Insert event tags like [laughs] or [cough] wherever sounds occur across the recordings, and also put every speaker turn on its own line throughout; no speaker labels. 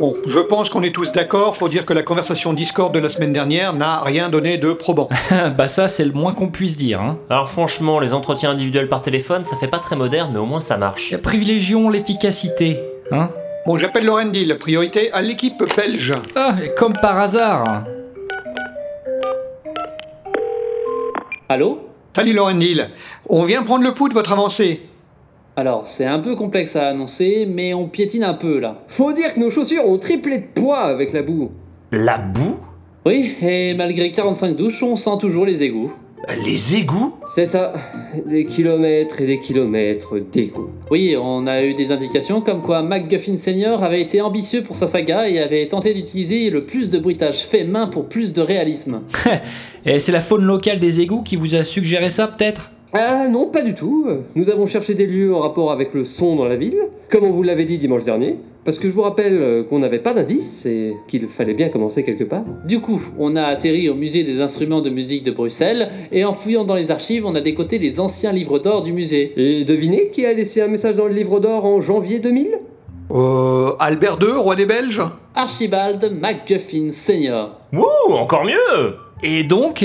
Bon, je pense qu'on est tous d'accord pour dire que la conversation Discord de la semaine dernière n'a rien donné de probant.
[laughs] bah ça, c'est le moins qu'on puisse dire. Hein.
Alors franchement, les entretiens individuels par téléphone, ça fait pas très moderne, mais au moins ça marche.
Privilégions l'efficacité, hein
Bon, j'appelle Lauren Deal, priorité à l'équipe belge.
Ah, comme par hasard.
Allô
Salut Lauren Deal, on vient prendre le pouls de votre avancée.
Alors, c'est un peu complexe à annoncer, mais on piétine un peu là. Faut dire que nos chaussures ont triplé de poids avec la boue.
La boue
Oui, et malgré 45 douches, on sent toujours les égouts.
Les égouts
C'est ça, des kilomètres et des kilomètres d'égouts. Oui, on a eu des indications comme quoi MacGuffin Senior avait été ambitieux pour sa saga et avait tenté d'utiliser le plus de bruitage fait main pour plus de réalisme.
Et c'est la faune locale des égouts qui vous a suggéré ça, peut-être
Ah non, pas du tout. Nous avons cherché des lieux en rapport avec le son dans la ville, comme on vous l'avait dit dimanche dernier. Parce que je vous rappelle euh, qu'on n'avait pas d'indice et qu'il fallait bien commencer quelque part. Du coup, on a atterri au musée des instruments de musique de Bruxelles et en fouillant dans les archives, on a décoté les anciens livres d'or du musée. Et devinez qui a laissé un message dans le livre d'or en janvier 2000
Euh, Albert II, roi des Belges
Archibald MacGuffin Senior.
Wouh, encore mieux
Et donc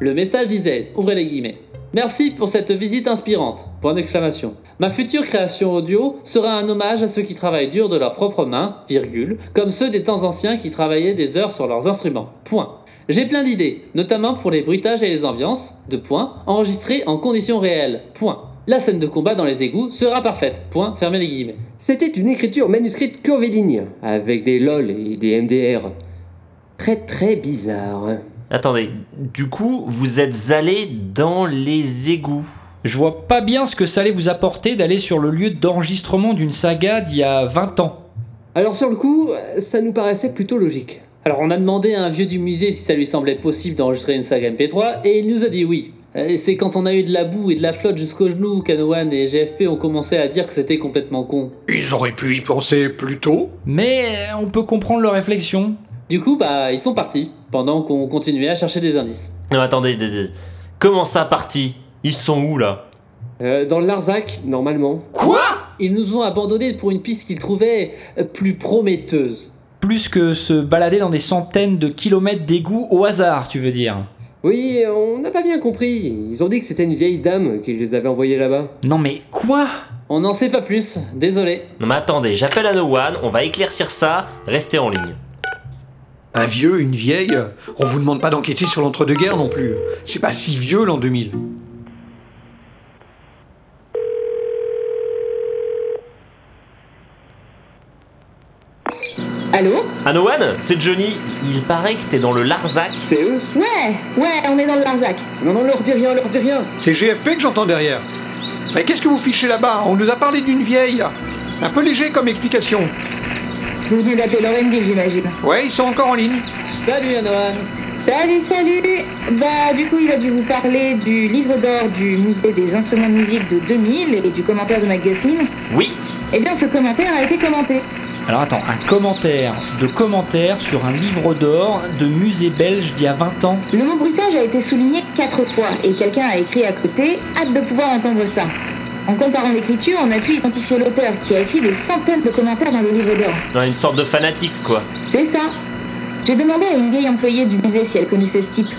Le message disait, ouvrez les guillemets, Merci pour cette visite inspirante. Point d'exclamation. Ma future création audio sera un hommage à ceux qui travaillent dur de leurs propres mains, virgule, comme ceux des temps anciens qui travaillaient des heures sur leurs instruments. Point. J'ai plein d'idées, notamment pour les bruitages et les ambiances, de points, enregistrés en conditions réelles. Point. La scène de combat dans les égouts sera parfaite. Point. Fermez les guillemets. C'était une écriture manuscrite curviligne, avec des LOL et des MDR. Très très bizarre.
Attendez, du coup, vous êtes allé dans les égouts.
Je vois pas bien ce que ça allait vous apporter d'aller sur le lieu d'enregistrement d'une saga d'il y a 20 ans.
Alors sur le coup, euh, ça nous paraissait plutôt logique. Alors on a demandé à un vieux du musée si ça lui semblait possible d'enregistrer une saga MP3 et il nous a dit oui. Euh, C'est quand on a eu de la boue et de la flotte jusqu'aux genoux qu'Anoan et GFP ont commencé à dire que c'était complètement con.
Ils auraient pu y penser plus tôt.
Mais on peut comprendre leur réflexion.
Du coup, bah ils sont partis pendant qu'on continuait à chercher des indices.
Non, attendez, d- d- comment ça parti Ils sont où là
Euh, dans le Larzac, normalement.
Quoi
Ils nous ont abandonnés pour une piste qu'ils trouvaient euh, plus prometteuse.
Plus que se balader dans des centaines de kilomètres d'égouts au hasard, tu veux dire.
Oui, on n'a pas bien compris. Ils ont dit que c'était une vieille dame qui les avait envoyés là-bas.
Non mais quoi
On n'en sait pas plus, désolé.
Non mais attendez, j'appelle à No One, on va éclaircir ça, restez en ligne.
Un vieux, une vieille On vous demande pas d'enquêter sur l'entre-deux-guerres non plus. C'est pas si vieux l'an 2000.
Allô
Anowan, c'est Johnny, il paraît que t'es dans le Larzac.
C'est eux
Ouais, ouais, on est dans le Larzac.
Non, non, leur dis rien, leur dis rien.
C'est GFP que j'entends derrière. Mais qu'est-ce que vous fichez là-bas On nous a parlé d'une vieille. Un peu léger comme explication.
Vous venez d'appeler Lorendy, j'imagine.
Ouais, ils sont encore en ligne.
Salut Anoan.
Salut, salut Bah, du coup, il a dû vous parler du livre d'or du musée des instruments de musique de 2000 et du commentaire de McGuffin.
Oui,
Eh bien, ce commentaire a été commenté.
Alors attends, un commentaire de commentaire sur un livre d'or de musée belge d'il y a 20 ans.
Le mot bruitage a été souligné quatre fois et quelqu'un a écrit à côté Hâte de pouvoir entendre ça. En comparant l'écriture, on a pu identifier l'auteur qui a écrit des centaines de commentaires dans le livre d'or.
Ouais, une sorte de fanatique quoi.
C'est ça. J'ai demandé à une vieille employée du musée si elle connaissait ce type.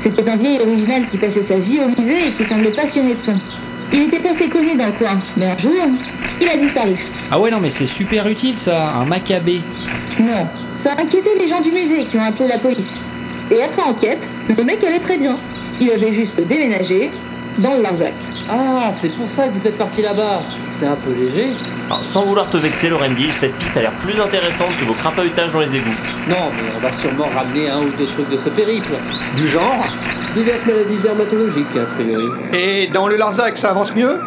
C'était un vieil original qui passait sa vie au musée et qui semblait passionné de son. Il était assez connu dans le coin, mais un jour, il a disparu.
Ah ouais non mais c'est super utile ça, un macabé.
Non, ça a inquiété les gens du musée qui ont appelé la police. Et après enquête, le mec allait très bien. Il avait juste déménagé dans le Larzac.
Ah, c'est pour ça que vous êtes partis là-bas. C'est un peu léger.
Alors, sans vouloir te vexer Lorendil, cette piste a l'air plus intéressante que vos crapahutages dans les égouts.
Non, mais on va sûrement ramener un ou deux trucs de ce périple.
Du genre
Diverses maladies dermatologiques, a priori.
Et dans le Larzac, ça avance mieux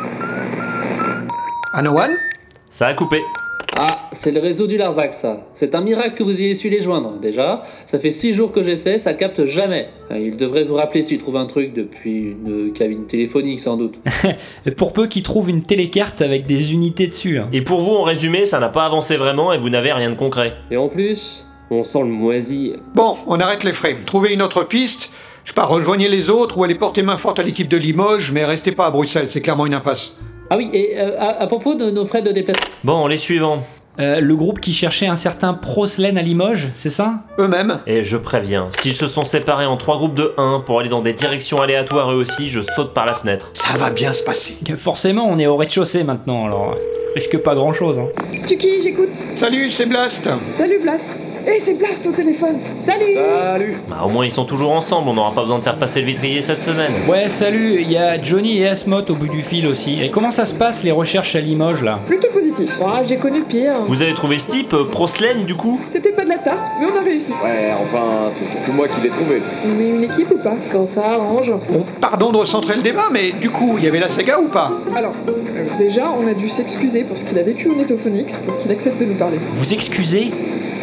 Anowan
Ça a coupé.
Ah, c'est le réseau du Larzac, ça. C'est un miracle que vous ayez su les joindre. Déjà, ça fait six jours que j'essaie, ça capte jamais. Euh, Il devrait vous rappeler s'il trouve un truc depuis une cabine téléphonique, sans
[laughs]
doute.
Pour peu qu'ils trouvent une télécarte avec des unités dessus. hein.
Et pour vous, en résumé, ça n'a pas avancé vraiment et vous n'avez rien de concret.
Et en plus, on sent le moisi.
Bon, on arrête les frames. Trouvez une autre piste. Je sais pas, rejoignez les autres ou allez porter main forte à l'équipe de Limoges, mais restez pas à Bruxelles, c'est clairement une impasse.
Ah oui, et euh, à, à propos de nos frais de déplacement.
Bon, les suivants.
Euh, le groupe qui cherchait un certain Proslen à Limoges, c'est ça
Eux-mêmes
Et je préviens, s'ils se sont séparés en trois groupes de 1 pour aller dans des directions aléatoires eux aussi, je saute par la fenêtre.
Ça va bien se passer.
Que Forcément, on est au rez-de-chaussée maintenant, alors euh, risque pas grand-chose. hein.
Tuki, j'écoute.
Salut, c'est Blast.
Salut Blast. Eh, c'est Blast au téléphone. Salut.
Salut
Bah, au moins ils sont toujours ensemble, on n'aura pas besoin de faire passer le vitrier cette semaine.
Ouais, salut, il y a Johnny et Asmot au bout du fil aussi. Et comment ça se passe les recherches à Limoges là
Plutôt positif. Oh, J'ai connu pire.
Vous avez trouvé ce type, euh, Proslène du coup
C'était pas de la tarte, mais on a réussi.
Ouais, enfin, c'est surtout moi qui l'ai trouvé.
On est une équipe ou pas Quand ça arrange.
Bon, pardon de recentrer le débat, mais du coup, il y avait la saga ou pas
Alors, euh, déjà, on a dû s'excuser pour ce qu'il a vécu au Netophonix pour qu'il accepte de nous parler.
Vous excusez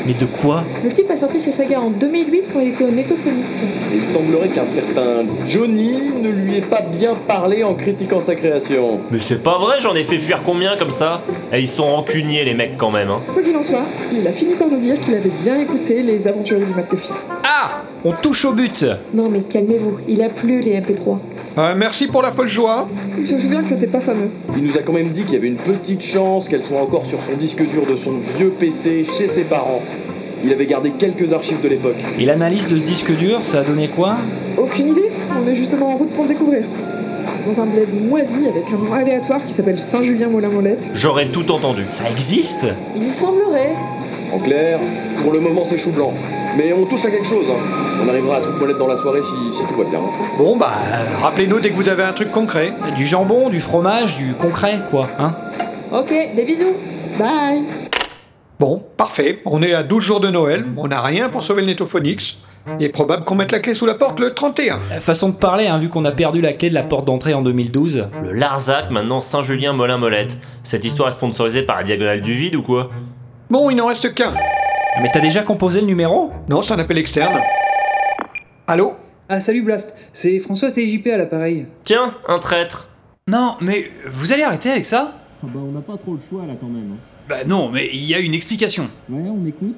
Mais de quoi
Le type a sorti ses sagas en 2008 quand il était au Netophonix.
Il semblerait qu'un certain Johnny ne lui ait pas bien parlé en critiquant sa création.
Mais c'est pas vrai, j'en ai fait fuir combien comme ça Et ils sont rancuniers les mecs quand même, hein.
Quoi qu'il en soit, il a fini par nous dire qu'il avait bien écouté les aventuriers du McDuffie.
Ah On touche au but
Non mais calmez-vous, il a plu les MP3.
Euh, Merci pour la folle joie.
Je me souviens que c'était pas fameux.
Il nous a quand même dit qu'il y avait une petite chance qu'elle soit encore sur son disque dur de son vieux PC chez ses parents. Il avait gardé quelques archives de l'époque.
Et l'analyse de ce disque dur, ça a donné quoi
Aucune idée, on est justement en route pour le découvrir. C'est dans un bled moisi avec un nom aléatoire qui s'appelle Saint-Julien-Molin-Molette.
J'aurais tout entendu.
Ça existe
Il semblerait.
En clair, pour le moment, c'est chou blanc. Mais on touche à quelque chose. hein. On arrivera à tout connaître dans la soirée si, si tout va bien.
Bon, bah, euh, rappelez-nous dès que vous avez un truc concret.
Du jambon, du fromage, du concret, quoi, hein
Ok, des bisous. Bye.
Bon, parfait. On est à 12 jours de Noël. On n'a rien pour sauver le Netophonix. Il est probable qu'on mette la clé sous la porte le 31.
La Façon de parler, hein, vu qu'on a perdu la clé de la porte d'entrée en 2012.
Le Larzac, maintenant Saint-Julien-Molin-Molette. Cette histoire est sponsorisée par la Diagonale du Vide ou quoi
Bon, il n'en reste qu'un.
Ah, Mais t'as déjà composé le numéro
Non, c'est un appel externe. Allô
Ah salut Blast, c'est François TJP à l'appareil.
Tiens, un traître
Non, mais vous allez arrêter avec ça
Bah, on n'a pas trop le choix là quand même. hein.
Bah non, mais il y a une explication.
Ouais, on écoute.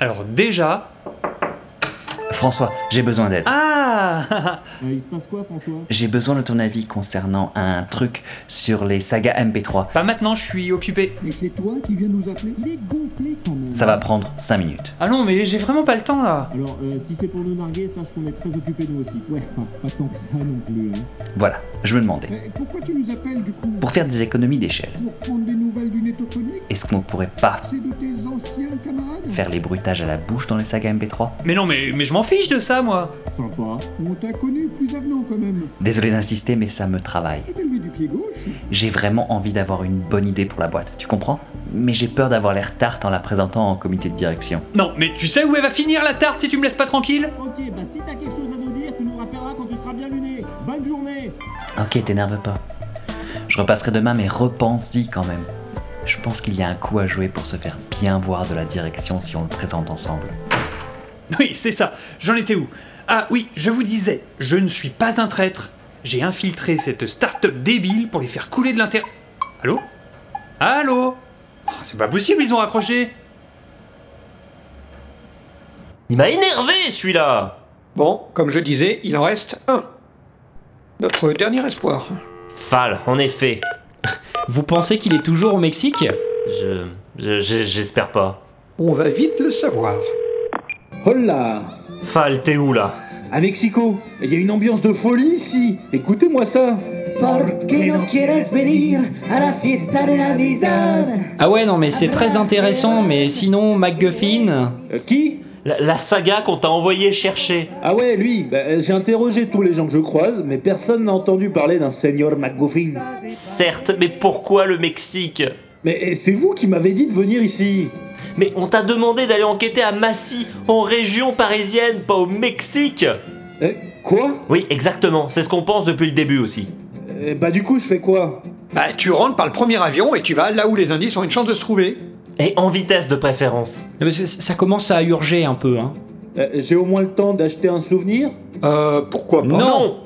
Alors déjà...
François, j'ai besoin d'aide.
Ah [laughs]
Euh, il se passe quoi, François
J'ai besoin de ton avis concernant un truc sur les sagas MP3.
Pas maintenant, je suis occupé.
Mais c'est toi qui viens nous appeler Il est gonflé quand même.
Ça va prendre 5 minutes.
Ah non, mais j'ai vraiment pas le temps là.
Alors, euh, si c'est pour nous narguer, sache qu'on est très occupés nous aussi. Ouais, enfin, pas tant que ça non plus. Hein.
Voilà, je me demandais.
Mais pourquoi tu nous appelles du coup
Pour faire des économies d'échelle,
Pour prendre des nouvelles du Netophonique
est-ce qu'on ne pourrait pas
C'est de tes anciens camarades
faire les bruitages à la bouche dans les sagas MP3
Mais non, mais, mais je m'en fiche de ça, moi.
Sympa. On t'a connu plus avenant quand même.
Désolé d'insister, mais ça me travaille.
T'es levé du pied gauche
J'ai vraiment envie d'avoir une bonne idée pour la boîte, tu comprends Mais j'ai peur d'avoir l'air tarte en la présentant en comité de direction.
Non, mais tu sais où elle va finir la tarte si tu me laisses pas tranquille
Ok, bah si t'as quelque chose à nous dire, tu nous rappelleras quand tu seras bien luné. Bonne journée
Ok, t'énerve pas. Je repasserai demain, mais repense-y quand même. Je pense qu'il y a un coup à jouer pour se faire bien voir de la direction si on le présente ensemble.
Oui, c'est ça. J'en étais où Ah oui, je vous disais, je ne suis pas un traître. J'ai infiltré cette start-up débile pour les faire couler de l'intérieur. Allô Allô Oh, C'est pas possible, ils ont raccroché.
Il m'a énervé celui-là
Bon, comme je disais, il en reste un. Notre dernier espoir.
Fal, en effet.
Vous pensez qu'il est toujours au Mexique
Je. je- je- J'espère pas.
On va vite le savoir.
Hola
Fal, t'es où là
À Mexico, il y a une ambiance de folie ici. Écoutez-moi ça.
¿Por qué no quieres venir a la fiesta de Navidad?
Ah ouais, non, mais c'est très intéressant, mais sinon, MacGuffin.
Euh, qui
La, la saga qu'on t'a envoyé chercher.
Ah ouais, lui. Bah, euh, J'ai interrogé tous les gens que je croise, mais personne n'a entendu parler d'un seigneur McGuffin.
Certes, mais pourquoi le Mexique
Mais euh, c'est vous qui m'avez dit de venir ici.
Mais on t'a demandé d'aller enquêter à Massy, en région parisienne, pas au Mexique
Euh, quoi
Oui, exactement, c'est ce qu'on pense depuis le début aussi.
Euh, Bah du coup, je fais quoi
Bah, tu rentres par le premier avion et tu vas là où les indices ont une chance de se trouver.
Et en vitesse de préférence.
Non, mais c- ça commence à urger un peu, hein.
Eh, Euh, J'ai au moins le temps d'acheter un souvenir
Euh, pourquoi pas
Non.
Non